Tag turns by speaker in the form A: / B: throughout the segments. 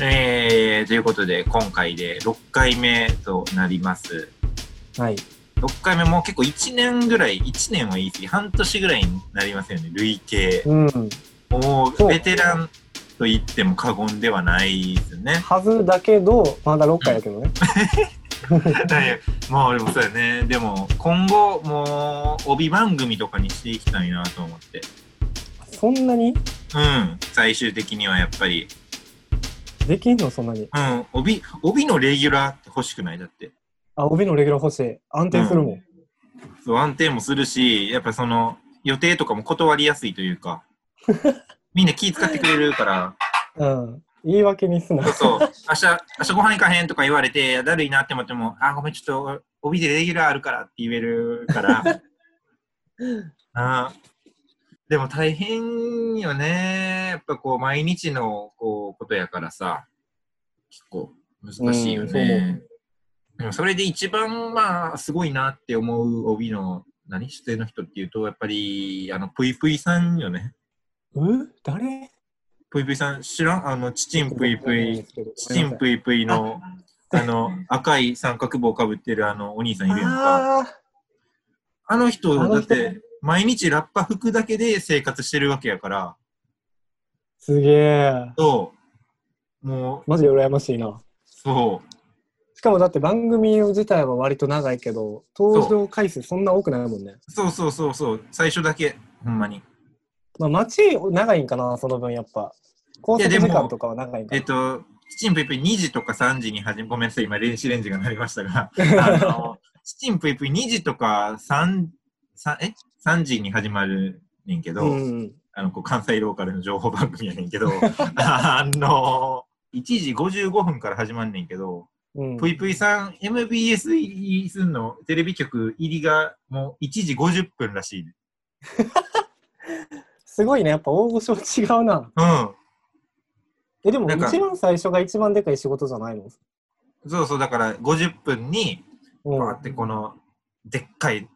A: えー、ということで、今回で6回目となります。
B: はい。
A: 6回目もう結構1年ぐらい、1年は言い過ぎ、半年ぐらいになりますよね、累計。
B: うん。
A: もう、
B: そう
A: ベテランと言っても過言ではないですよね。
B: はずだけど、まだ6回だけどね。
A: だいぶもう、でもそうだね。でも、今後、もう、帯番組とかにしていきたいなと思って。
B: そんなに
A: うん、最終的にはやっぱり、
B: できんのそんなに。
A: うん、帯、帯のレギュラーって欲しくないだって。
B: あ、帯のレギュラー欲しい。安定するもん。
A: そう安定もするし、やっぱその予定とかも断りやすいというか、みんな気使ってくれるから、
B: うん。言い訳にすな。
A: そう、明日、明日ご飯行かへんとか言われて、だるいなって思っても、あ、ごめん、ちょっと、帯でレギュラーあるからって言えるから。 あでも大変よね。やっぱこう、毎日のこうことやからさ、結構難しいよ
B: うんそう思
A: ね。でもそれで一番、まあ、すごいなって思う帯の、何出演の人っていうと、やっぱり、あの、ぷいぷいさんよね。
B: う誰
A: ぷいぷいさん、知らんあの、ちちんぷいぷい。チチン
B: イ。
A: プイプイの、あの、赤い三角帽かぶってるあの、お兄さんいるやんか。
B: ああ、
A: あの人、
B: あ
A: だ
B: の
A: っ
B: 人
A: て、毎日ラッパ服だけで生活してるわけやから、
B: すげえ。
A: そう、もう、
B: マジで羨ましいな。
A: そ
B: しかもだって番組自体は割と長いけど、登場回数そんな多くないもんね。
A: う、そうそうそう、そう最初だけ、ほんまに。
B: まあ、街長いんかな、その分やっぱ。高速
A: いや
B: 時
A: でも
B: 間とかは長いんか
A: えっ
B: な。
A: と、チチンプイプイ2時とか3時に始め、ごめんなさい、今、電子レンジが鳴りました が、あの、チチンプイプイ2時とか3、3え ?3 時に始まるねんけど、
B: うん。
A: あの、こう関西ローカルの情報番組やねん けど、あの1時55分から始まんねんけど、
B: うん。
A: ぷいぷいさん、MBS 入りすんのテレビ局入りがもう1時50分らしいね。
B: すごいね、やっぱ大御所は違うな。
A: う
B: え、でも
A: なんか
B: 一番最初が一番でかい仕事じゃないの
A: ん。そうそう、だから50分に、
B: う
A: バーってこの、でっかい、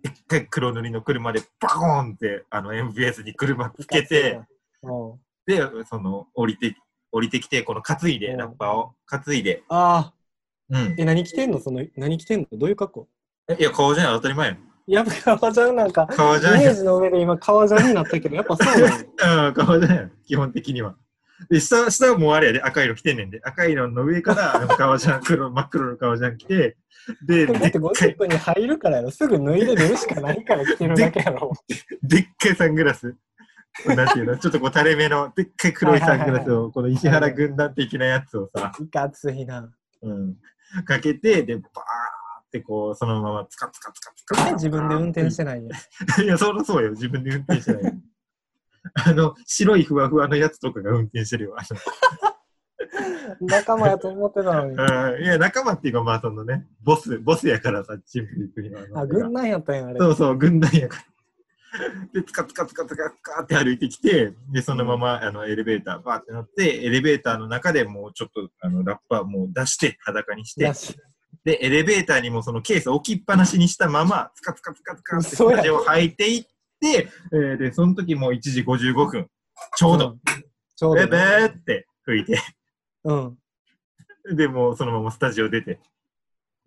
A: でっかい黒塗りの車でバコーンって、あの MBS に車つけて、、
B: うん、
A: で、その、降りて、降りてきて、この担いで、
B: うん
A: ラッパを担いで、
B: ああ
A: うん。
B: え何着てんのその何着てんのどういう格好
A: えいや、顔じゃない、当たり前やん。
B: やっぱ革ジャンなんか
A: 顔
B: イ
A: じゃない
B: メー。ジの上で今革ジャンになったけどやっ ぱそうなの
A: うん、顔だよ、基本的には。で、下、下はもうあれやで、赤い色着てんねんで、赤い色の上から、あの革ジャン、黒、真っ黒の革ジャン着て、で、
B: で
A: で
B: もだっ
A: ってかい
B: 50、分に入るからやろすぐ脱いで出るしかないから着てるだけ やろ
A: でっかいサングラス。なんていうの、ちょっとこう垂れ目の、でっかい黒いサングラスを、この石原軍団的なやつをさ、
B: いかついな
A: うん、かけて、で、バーってこう、そのまま、つかつかつかつ
B: な
A: か。
B: んで自分で運転してないんや
A: いや、そらそうよ。自分で運転してない。あの、白いふわふわのやつとかが運転してるよ。あ
B: 仲間やと思ってたのに
A: のうんいや、仲間っていうか、まあ、そのね、ボス、ボスやからさ、チームビッグには。
B: あ軍団やったんやあれ
A: そうそう、軍団やから。で、つかつかつかつかつかって歩いてきて、で、そのまま、あの、エレベーター、バーって乗って、エレベーターの中でもうちょっと、あの、ラッパーもう出して、裸にして
B: だ、し
A: で、エレベーターにもそのケース置きっぱなしにしたまま、つかつかつかつかって
B: 嘘や
A: 下地を履いていって、えーで、その時もう1時55分、ちょう
B: う
A: ど
B: ん、ちょう
A: ベ
B: ど
A: ベ
B: ね
A: ーって吹いて、
B: うん
A: で、もうそのままスタジオ出て、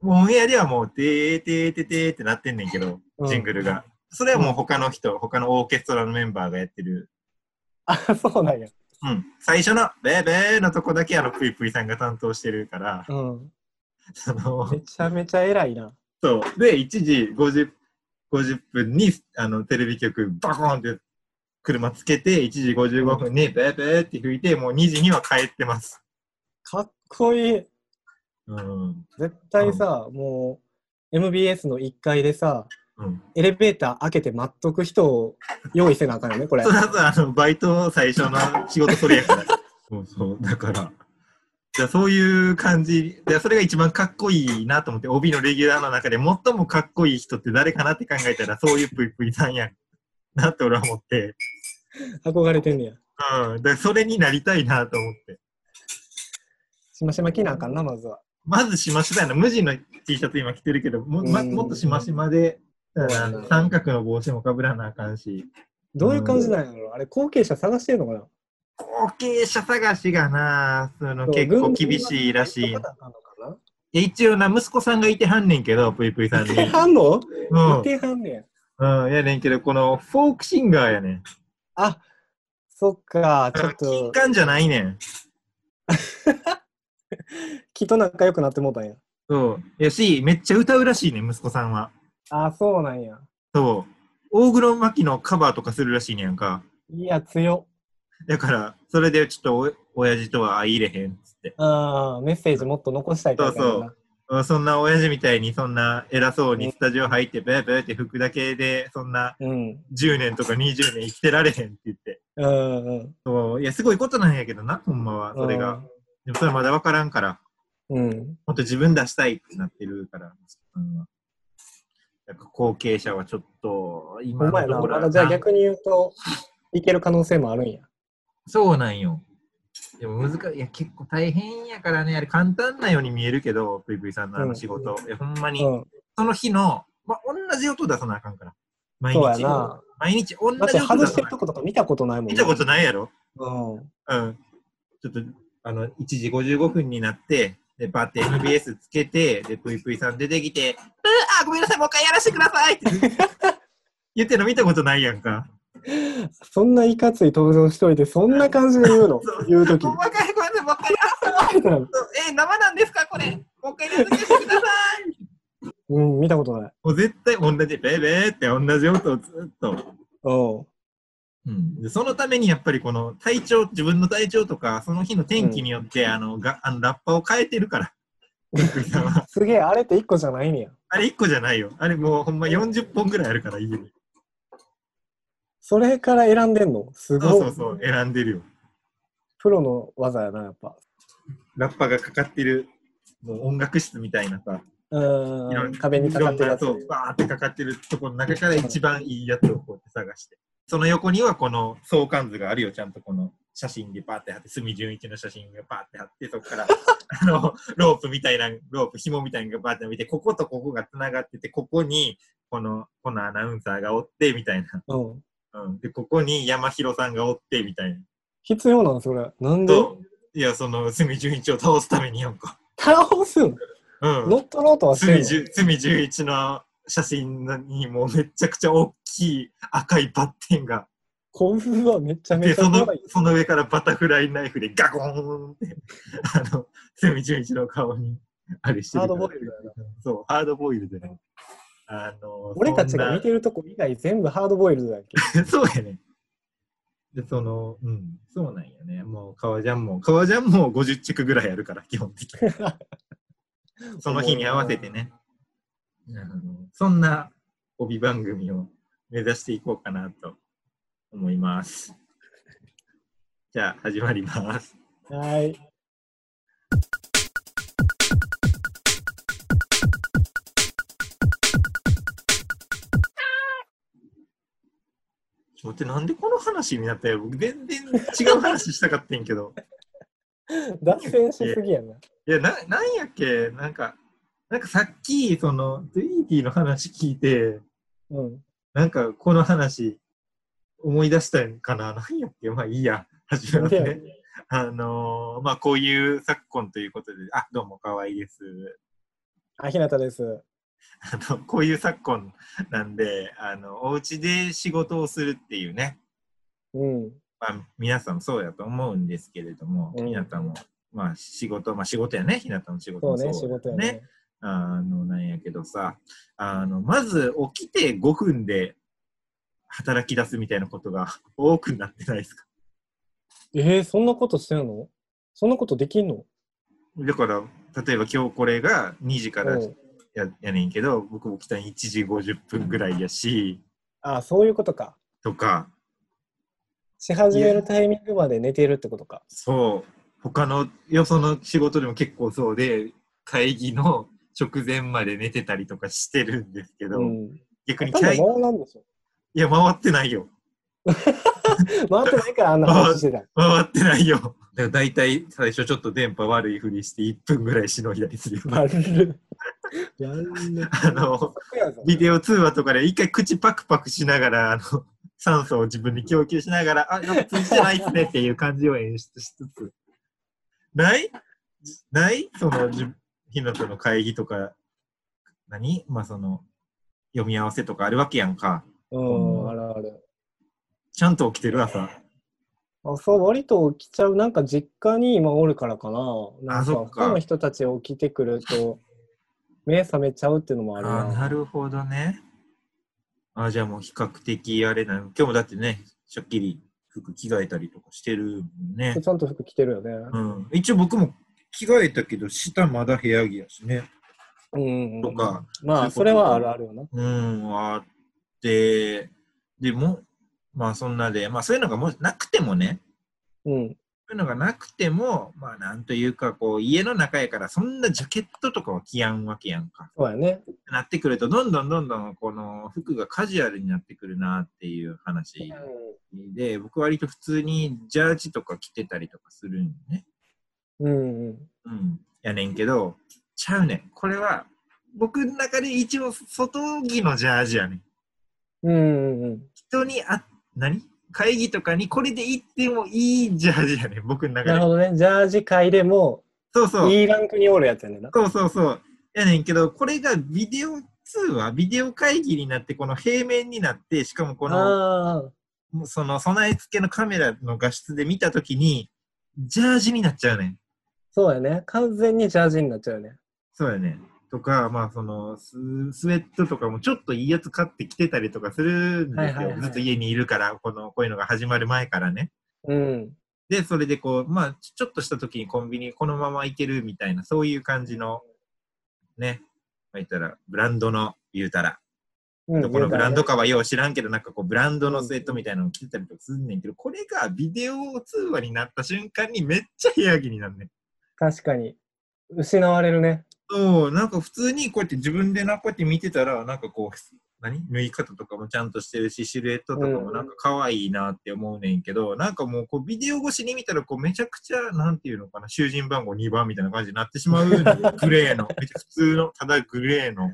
A: もうオンエアではもう、てーてーてーてーってなってんねんけど、
B: うん
A: ジングルが。それはもう他の人、他のオーケストラのメンバーがやってる、
B: あそうなんや
A: うん、最初のベーベーのとこだけあの、ぷいぷいさんが担当してるから、
B: うん
A: その、
B: めちゃめちゃ偉いな
A: そう。で、1時50、50分に、あの、テレビ局、バコーンって車つけて、1時55分に、ベーベーって吹いて、もう2時には帰ってます。
B: かっこいい
A: うん。
B: 絶対さ、もう MBS の1階でさ
A: うん。
B: エレベーター開けて待っとく人を用意せなあかんよねこ れ
A: それはあの、バイト最初の仕事それやから。 そうそう。だから。じゃあそういう感じ。じゃあそれが一番かっこいいなと思って、帯のレギュラーの中で最もかっこいい人って誰かなって考えたら、そういうぷいぷいさんやん。なって俺は思って。
B: 憧れてんねや
A: うん。だからそれになりたいなと思って。
B: しましま着なあかんなまずは
A: まずしましまやな。無地の T シャツ今着てるけど、も,、ま、
B: うん
A: もっとしましまで、だからあの
B: うん
A: 三角の帽子もかぶらなあかんし、
B: どういう感じなんやろ、あれ後継者探してんのかな
A: 後後継者探しがな、その
B: そう
A: 結構厳しいらしい。い
B: 軍
A: や
B: 団はなんとかなのか
A: 一応な、息子さんがいてはんねんけど、ぷいぷい さんに。
B: なあんの
A: う
B: 言
A: ん
B: ってはんねや。
A: うん、やねんけど、このフォークシンガーやねん。
B: あ、そっか、ちょっ
A: 金
B: と、
A: 管じゃないねん。
B: きっと仲良くなってもうたんや。
A: そう。やし、めっちゃ歌うらしいねん、息子さんは。
B: あ、そうなんや。
A: そう。大黒摩季のカバーとかするらしいねんやんか。
B: いや、強。
A: だから、それでちょっとお親父とは相入れへんっつって。
B: あーメッセージもっと残したいタイプやな
A: そううんそんな親父みたいにそんな偉そうにスタジオ入ってブーブーって吹くだけで、そんな
B: うん。
A: 10年とか20年生きてられへんって言って。
B: うんうん。
A: そう。いや、すごいことなんやけどな、ほんまは。それが。でもそれまだわからんから。
B: うん。うん。
A: もっと自分出したいってなってるから、うん、なんか後継者はちょっと、
B: ほ
A: 今
B: ん
A: の
B: まや
A: と
B: な。
A: ころ
B: ま
A: は
B: だじゃあ逆に言うと、いける可能性もあるんや。
A: そうなんよ。でも難しい、いや結構大変やからね、あれ簡単なように見えるけど、ぷいぷいさんのあの仕事、いやほんまに、
B: う
A: その日の、まあ、同じ音出さなあかんから、
B: ん。
A: 毎
B: そうや
A: 日、
B: な。
A: 毎日同じ
B: だって
A: 音
B: 外
A: 出
B: し
A: さ
B: て
A: な
B: る
A: あ
B: と
A: かん
B: ことか見たことないもん、
A: 見たことないやろ。
B: うん。
A: うん。ちょっと、あの、1時55分になって、で、バッて MBS つけて、で、ぷいぷいさん出てきて、うーあ、ごめんなさい、もう一回やらせてくださいって 言ってるの見たことないやんか。
B: そんないかつい登場しといて、そんな感じで言うの
A: そう
B: 言うとき
A: もう。一回、ごめんなさい、もう一回やらせてください。えー生なんですか、これ。もう一回やらせてください。
B: うん、見たことない。
A: もう絶対同じ、ベーベーって同じ音をずっと。う
B: うん。
A: ん、でそのためにやっぱりこの体調、自分の体調とか、その日の天気によって、あのがあのラッパを変えてる から、ぷいぷいさんは。
B: すげえ、あれって一個じゃないんや。
A: あれ1個じゃないよ。あれもうほんま40本ぐらいあるから家に。
B: それから選んでんの
A: そ
B: す
A: う
B: ご
A: そ。
B: いう
A: そう、選んでるよ。
B: プロの技やな、やっぱ。
A: ラッパがかかってる、もう音楽室みたいなさ、いろ
B: うんん。
A: な
B: 壁にかかってるやつ
A: いろんなそう、バーってかかってるとこの中から一番いいやつをこうやって探して。その横にはこの相関図があるよ、ちゃんとこの写真でバーって貼って、隅純一の写真がバーって貼って、そこから あのロープみたいな、ロープ、紐みたいなのがバーって見て、こことここが繋がってて、ここにこの、このアナウンサーがおって、みたいな。
B: うん。
A: うん、で、ここに山広さんがおって、みたいな。
B: 必要なんそれ。なんで
A: そういや、その、隅純一を倒すためにやんか。
B: 倒すの
A: うん
B: 乗。っ取ろうとはしてん
A: 隅
B: の
A: 十隅十一の写真にもうめちゃくちゃ大きい赤いバッテンが。
B: 興奮はめちゃめ
A: で、
B: ちゃ
A: その
B: 怖い、。
A: その上からバタフライナイフでガコーンって、あの、隅十一の顔に、あれしてる
B: ハー
A: か
B: ド
A: ら。
B: ボイルドやな。
A: そう、ハードボイルでね。あの、
B: 俺たちが見てるとこ以外全部ハードボイルドだっ け。
A: そうやね。で、その、うん、そうなんやね。もう、革ジャンも、革ジャンも50着ぐらいあるから、基本的 に。その日に合わせてね。あのそんな帯番組を目指していこうかなと思います。じゃあ、始まります。
B: はい。
A: ちょっと待って、なんでこの話になったよ。僕、全然違う話したかったんやけど。
B: 脱線しすぎやな。
A: いや、な、なんやっけなんか、なんかさっき、その、トゥイーティの話聞いて、
B: うん。
A: なんかこの話思い出したんかな 何やっけまあいいや。始めますね。あのーまあこういう昨今ということで、あ、どうもかわいいです。
B: あ、ひなたです。
A: あの、こういう昨今なんで、あの、お家で仕事をするっていうね、
B: うん。
A: まあ皆さんもそうやと思うんですけれども、
B: うん
A: ひなたも、まあ仕事、まあ仕事やね、ひなたの仕事も
B: そうね、
A: そ
B: 仕
A: う
B: 事
A: だ
B: やね。
A: あの、なんやけどさ、あの、まず起きて5分で働き出すみたいなことが多くなってないですか
B: えー、そんなことしてるのそんなことできんの
A: だから、例えば今日これが2時から
B: うん
A: ややねんけど、僕起きたの1時50分ぐらいやし、
B: あ、そういうことか。
A: とか、
B: し始めるタイミングまで寝てるってことか。
A: そう、他の、よその仕事でも結構そうで、会議の直前まで寝てたりとかしてるんですけど、
B: うん。
A: 逆に
B: 多分
A: 会
B: 回
A: 議、
B: らんでしょ。
A: いや、回ってないよ。
B: 回ってないからあんな 話してた。
A: 回ってないよ。だいたい最初ちょっと電波悪いふりして1分ぐらいしのいだりするよ な。
B: まる。やんね。
A: あの、ビデオ通話とかで一回口パクパクしながら、あの、酸素を自分に供給しながら、あ、なんか通じてないっすねっていう感じを演出しつつ。ないないその、じひなとの会議とか、何まあその、読み合わせとかあるわけやんか。
B: うん、あるある。
A: ちゃんと起きてる朝。
B: あそう、割と起きちゃう。なんか実家に今おるからかな。なん
A: あ
B: か
A: そっか
B: 他の人たち起きてくる と、目覚めちゃうっていうのもある
A: あーなるほどね。あーじゃあもう比較的あれなの。今日もだってね、しょっきり服着替えたりとかしてるもんね。
B: ちゃんと服着てるよね。
A: うん、一応僕も着替えたけど、下まだ部屋着やしね。
B: うんうんうん。
A: とか
B: まあ、それはあるあるよな。
A: うん、あって、でも、まあそんなで、まあそういうのがもうなくてもね、
B: うん。
A: そういうのがなくても、まあなんというか、こう家の中やから、そんなジャケットとかは着やんわけやんか。
B: そうやね。
A: なってくると、どんどんどんどんこの服がカジュアルになってくるなっていう話で、僕割と普通にジャージとか着てたりとかするんよね。
B: うんうん。
A: うん。やねんけど、ちゃうねん。これは、僕の中で一応外着のジャージやねん。
B: うんうんうん。
A: 人にあ、何会議とかにこれで行ってもいいジャージやねん。僕の
B: な
A: 中
B: る
A: で。
B: ほどね。ジャージ界でも、
A: そうそう。
B: いいランクにおるやつやねんな。
A: そうそうそう。やねんけど、これがビデオ通話、ビデオ会議になって、この平面になって、しかもこの、
B: あ
A: もうその備え付けのカメラの画質で見たときに、ジャージになっちゃうねん。
B: そうやね。完全にジャージになっちゃうよね。
A: そうやねん。とか、まあそのス、スウェットとかもちょっといいやつ買ってきてたりとかするんですよ。
B: はいはいはい
A: ずっと家にいるから、この、こういうのが始まる前からね。
B: うん。
A: で、それでこう、まあ、ちょっとした時にコンビニこのまま行けるみたいな、そういう感じの、ね、まあ言ったら、ブランドの、言うたら、
B: うん
A: どこのブランドかはよう知らんけど、なんかこう、ブランドのスウェットみたいなのを着てたりとかすんねんけど、これがビデオ通話になった瞬間にめっちゃ部屋着になんねん。
B: 確かに。失われるね。
A: そう、なんか普通にこうやって自分でな、こうやって見てたら、なんかこう、何縫い方とかもちゃんとしてるし、シルエットとかもなんか可愛いなって思うねんけど、なんかもうこうビデオ越しに見たらこうめちゃくちゃ、なんていうのかな、囚人番号2番みたいな感じになってしまうの よグレーの。めっちゃ普通の、ただグレーの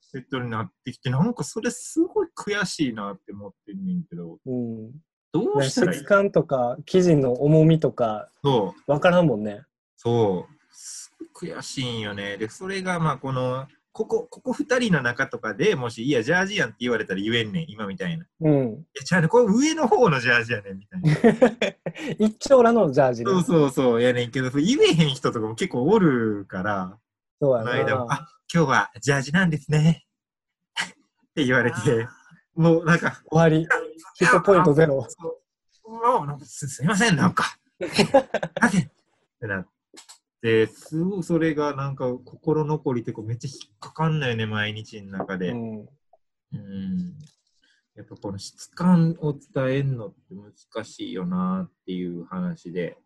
A: セットになってきて、なんかそれすごい悔しいなって思ってんねんけど、
B: うん。
A: どうしたらいい
B: 質感とか、生地の重みとか、
A: そう。
B: わからんもんね。
A: そう。すごい悔しいんよね。で、それが、まあ、この、ここ、ここ2人の中とかでもし、いや、ジャージやんって言われたら言えんねん、今みたいな。い
B: うん。
A: や、じゃあね、これ上の方のジャージやねん、みたいな。
B: 一丁羅のジャージで
A: そう。そうそう、やねんけど、そう言えへん人とかも結構おるから、
B: そう
A: この
B: や
A: 間も、
B: な。
A: あ、今日はジャージなんですね。 って言われて、もうなんか、
B: 終わり。ヒットポイントゼロ。
A: そうもうなんかすすいません、なんか。なんでってなって、すごいそれがなんか心残りというかめっちゃ引っかかんないよね、毎日の中で。
B: う
A: うん。
B: ん。
A: やっぱこの質感を伝えるのって難しいよなっていう話で。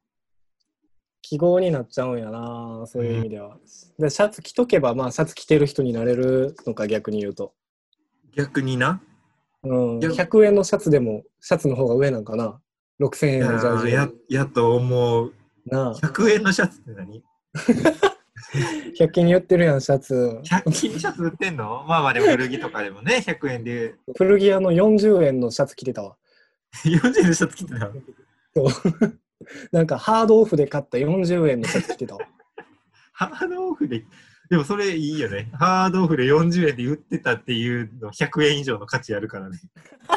B: 記号になっちゃうんやな。そういう意味では。で、シャツ着とけば、まあ、シャツ着てる人になれるのか、逆に言うと。
A: 逆にな。
B: うん。
A: いや
B: 100円のシャツでも、シャツの方が上なんかな。6000円のジャー
A: や
B: ジよ
A: ややと思う。
B: り。なあ。
A: 100円のシャツって何
B: 100均に売ってるやん、シャツ。
A: ?100 均シャツ売ってんのまあまあでも古着とかでもね、100円で
B: 古着屋の40円のシャツ着てたわ。
A: 40円のシャツ着てたの。
B: なんかハードオフで買った40円のシャツ着 てたわ。
A: ハードオフで、でもそれいいよね。ハードオフで40円で売ってたっていうの100円以上の価値あるからね。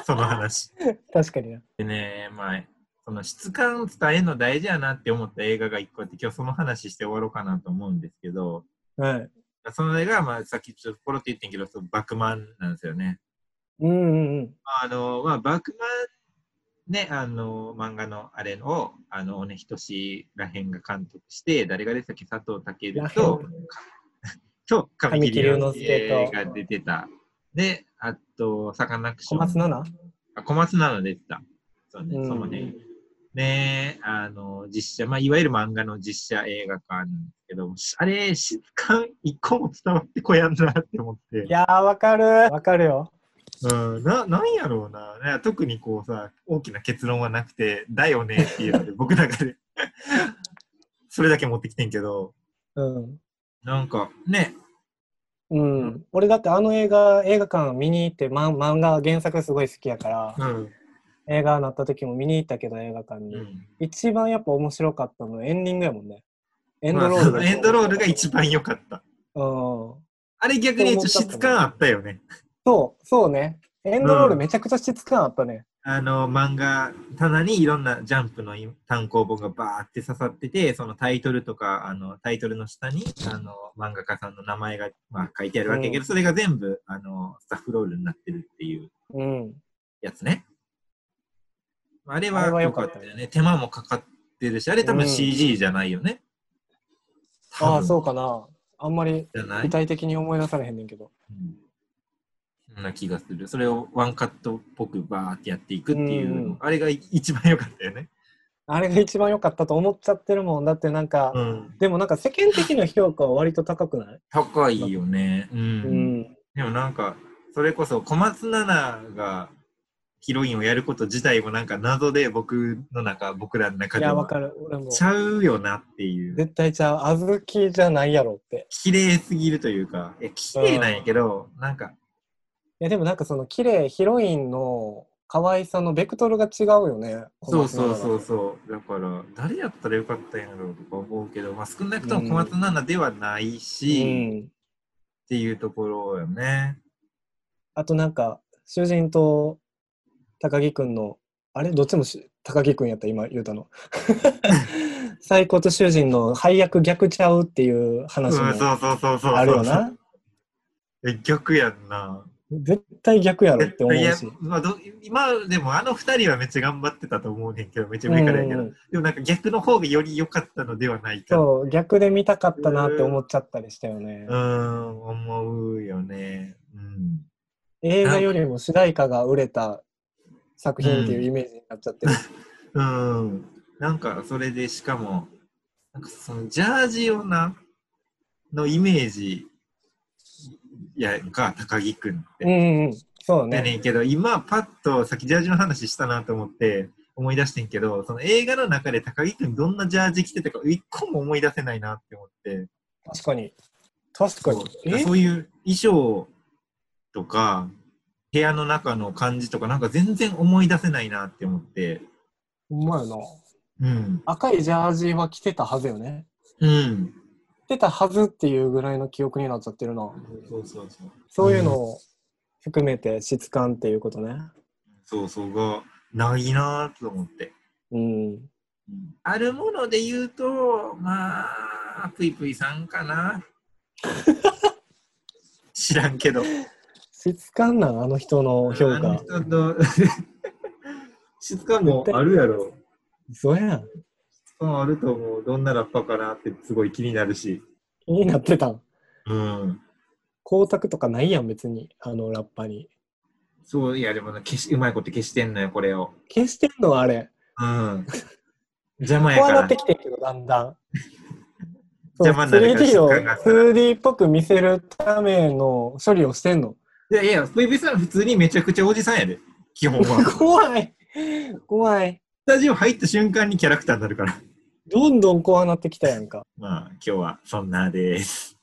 A: その話。
B: 確かにな。
A: でね、まあ、その質感を伝えるの大事やなって思った映画が一個あって、今日その話して終わろうかなと思うんですけど、
B: はい。
A: その映画はまあさっきちょっとポロって言ってんけど、そのバクマンなんですよね。
B: うんうんうん。
A: あの、まあ、バクマン、ね、あの、漫画のあれを、あの、ね、ひとしらへんが監督して、誰がでしたっけ、佐藤健と、 と、神木隆之介が出てた。で、あと、サカナクショ
B: 小
A: ン。
B: 松菜奈
A: あ小松菜奈出てた。そうね、
B: うん
A: その辺。ねあの、実写、まあ、いわゆる漫画の実写映画化なんですけど、あれ、質感一個も伝わってこやんなって思って。
B: いやー、わかる。わかるよ。
A: うん、ななんやろうなね特にこうさ大きな結論はなくて「だよね」っていうの で僕の中でそれだけ持ってきてんけど
B: うん。
A: なんかね
B: うん、俺だってあの映画映画館見に行って、ま、漫画原作すごい好きやから
A: うん
B: 映画になった時も見に行ったけど、映画館に。
A: うん
B: 一番やっぱ面白かったのはエンディングやもんね。エン
A: ま
B: ド
A: あ
B: ロ
A: そ
B: ール。
A: のエンドロールが一。番良かった。
B: うん。
A: あれ逆にちょっと質感あったよね。
B: そう、そうね。エンドロー
A: う
B: ル
A: ん
B: めちゃくちゃ質感あったね。
A: あの漫画棚にいろんなジャンプの単行本がバーって刺さっててそのタイトルとかあのタイトルの下にあの漫画家さんの名前が、まあ、書いてあるわけやけど、
B: うん
A: それが全部あのスタッフロールになってるっていう
B: うん。
A: やつねあれ
B: あれ
A: は
B: は
A: 良
B: 良か
A: か
B: っ
A: ったた
B: ね
A: よね手間もかかってるしあれ多
B: う
A: 分
B: ん
A: CG じゃないよね、多分
B: ああ、そうかな。あんまり
A: じゃない
B: 具体的に思い出されへんねんけど。
A: うんそんな気がするそれをワンカットっぽくバーってやっていくっていうの、
B: うんうん
A: あれが一番良かったよね
B: あれが一番良かったと思っちゃってるもん。だってなんか、
A: うん
B: でもなんか世間的な評価は割と高くない
A: 高いよね。うん。
B: うん。
A: でもなんか、それこそ小松菜奈がヒロインをやること自体もなんか謎で僕の中、僕らの中
B: い
A: で
B: や、わ
A: は
B: かる。俺も。
A: ちゃうよなっていう。
B: 絶対ちゃう。あずきじゃないやろって。
A: 綺麗すぎるというか、いや、綺麗なんやけど、なんか、
B: いや、でもなんかその綺麗ヒロインの可愛さのベクトルが違うよね。
A: そうそうそう
B: う。
A: そう。だから、誰やったらよかったんやろうとか思うけど、まあ少なくとも小松菜奈ではないうし、っ
B: ん。
A: ていうところよね。
B: あとなんか、主人と高木くんの、あれどっちもし高木くんやった、今言うた の。最高と囚人の配役逆ちゃうっていう
A: うん、
B: 話
A: そう
B: も
A: そうそうそうそう。
B: あるよな。
A: え。逆やんな。
B: 絶対逆やろって思う
A: いや
B: し。、
A: まあ、ど今でもあの二人はめっちゃ頑張ってたと思うねんけどめっちゃ上からやけど、
B: うん
A: でもなんか逆の方がより良かったのではないか
B: そう、逆で見たかったなって思っちゃったりしたよね。
A: うーん思うよねうん
B: 映画よりも主題歌が売れた作品っていうイメージになっちゃってる。
A: うんなんかそれでしかもなんかそのジャージをなのイメージやんか高木くんって、
B: うんうんうん、そう
A: や
B: ね。
A: ねんけど今パッとさっきジャージの話したなと思って思い出してんけどその映画の中で高木くんどんなジャージ着てたか一個も思い出せないなって思って
B: 確かに。確かに。
A: そう
B: え
A: そういう衣装とか部屋の中の感じとかなんか全然思い出せないなって思って
B: ほんまやな。
A: うん
B: 赤いジャージは着てたはずよね。
A: うん
B: 着てたはずっていうぐらいの記憶になっちゃってるな。
A: そうそうそう
B: そういうのを含めて質感っていうことね。
A: そうそうがないなと思って、
B: うん。
A: あるもので言うとまあぷいぷいさんかな 知らんけど
B: 質感なん、あの人の評
A: あの
B: 価。
A: 人の質感もあるやろ。
B: そうやん。
A: 質感あると思う。どんなラッパーかなってすごい気になるし。
B: 気になってたん。
A: うん。
B: 光沢とかないやん、別に。あのラッパに。
A: そういやでもな消しうまいこと消してんのよこれを。
B: 消してんのあれ。
A: うん。 邪魔や
B: 怖
A: か
B: な
A: ら
B: って。きてるけど、だ んだん。そう
A: 邪魔になるから
B: 3D を
A: 質感があったら
B: 2D っぽく見せるための処理をしてんの。
A: いやいや、プイプイさん普通にめちゃくちゃおじさんやで。基本 は。ス
B: 怖い怖い。
A: タジオ入った瞬間にキャラクターになるから。
B: どんどん怖なってきたやんか。
A: まあ今日はそんなです。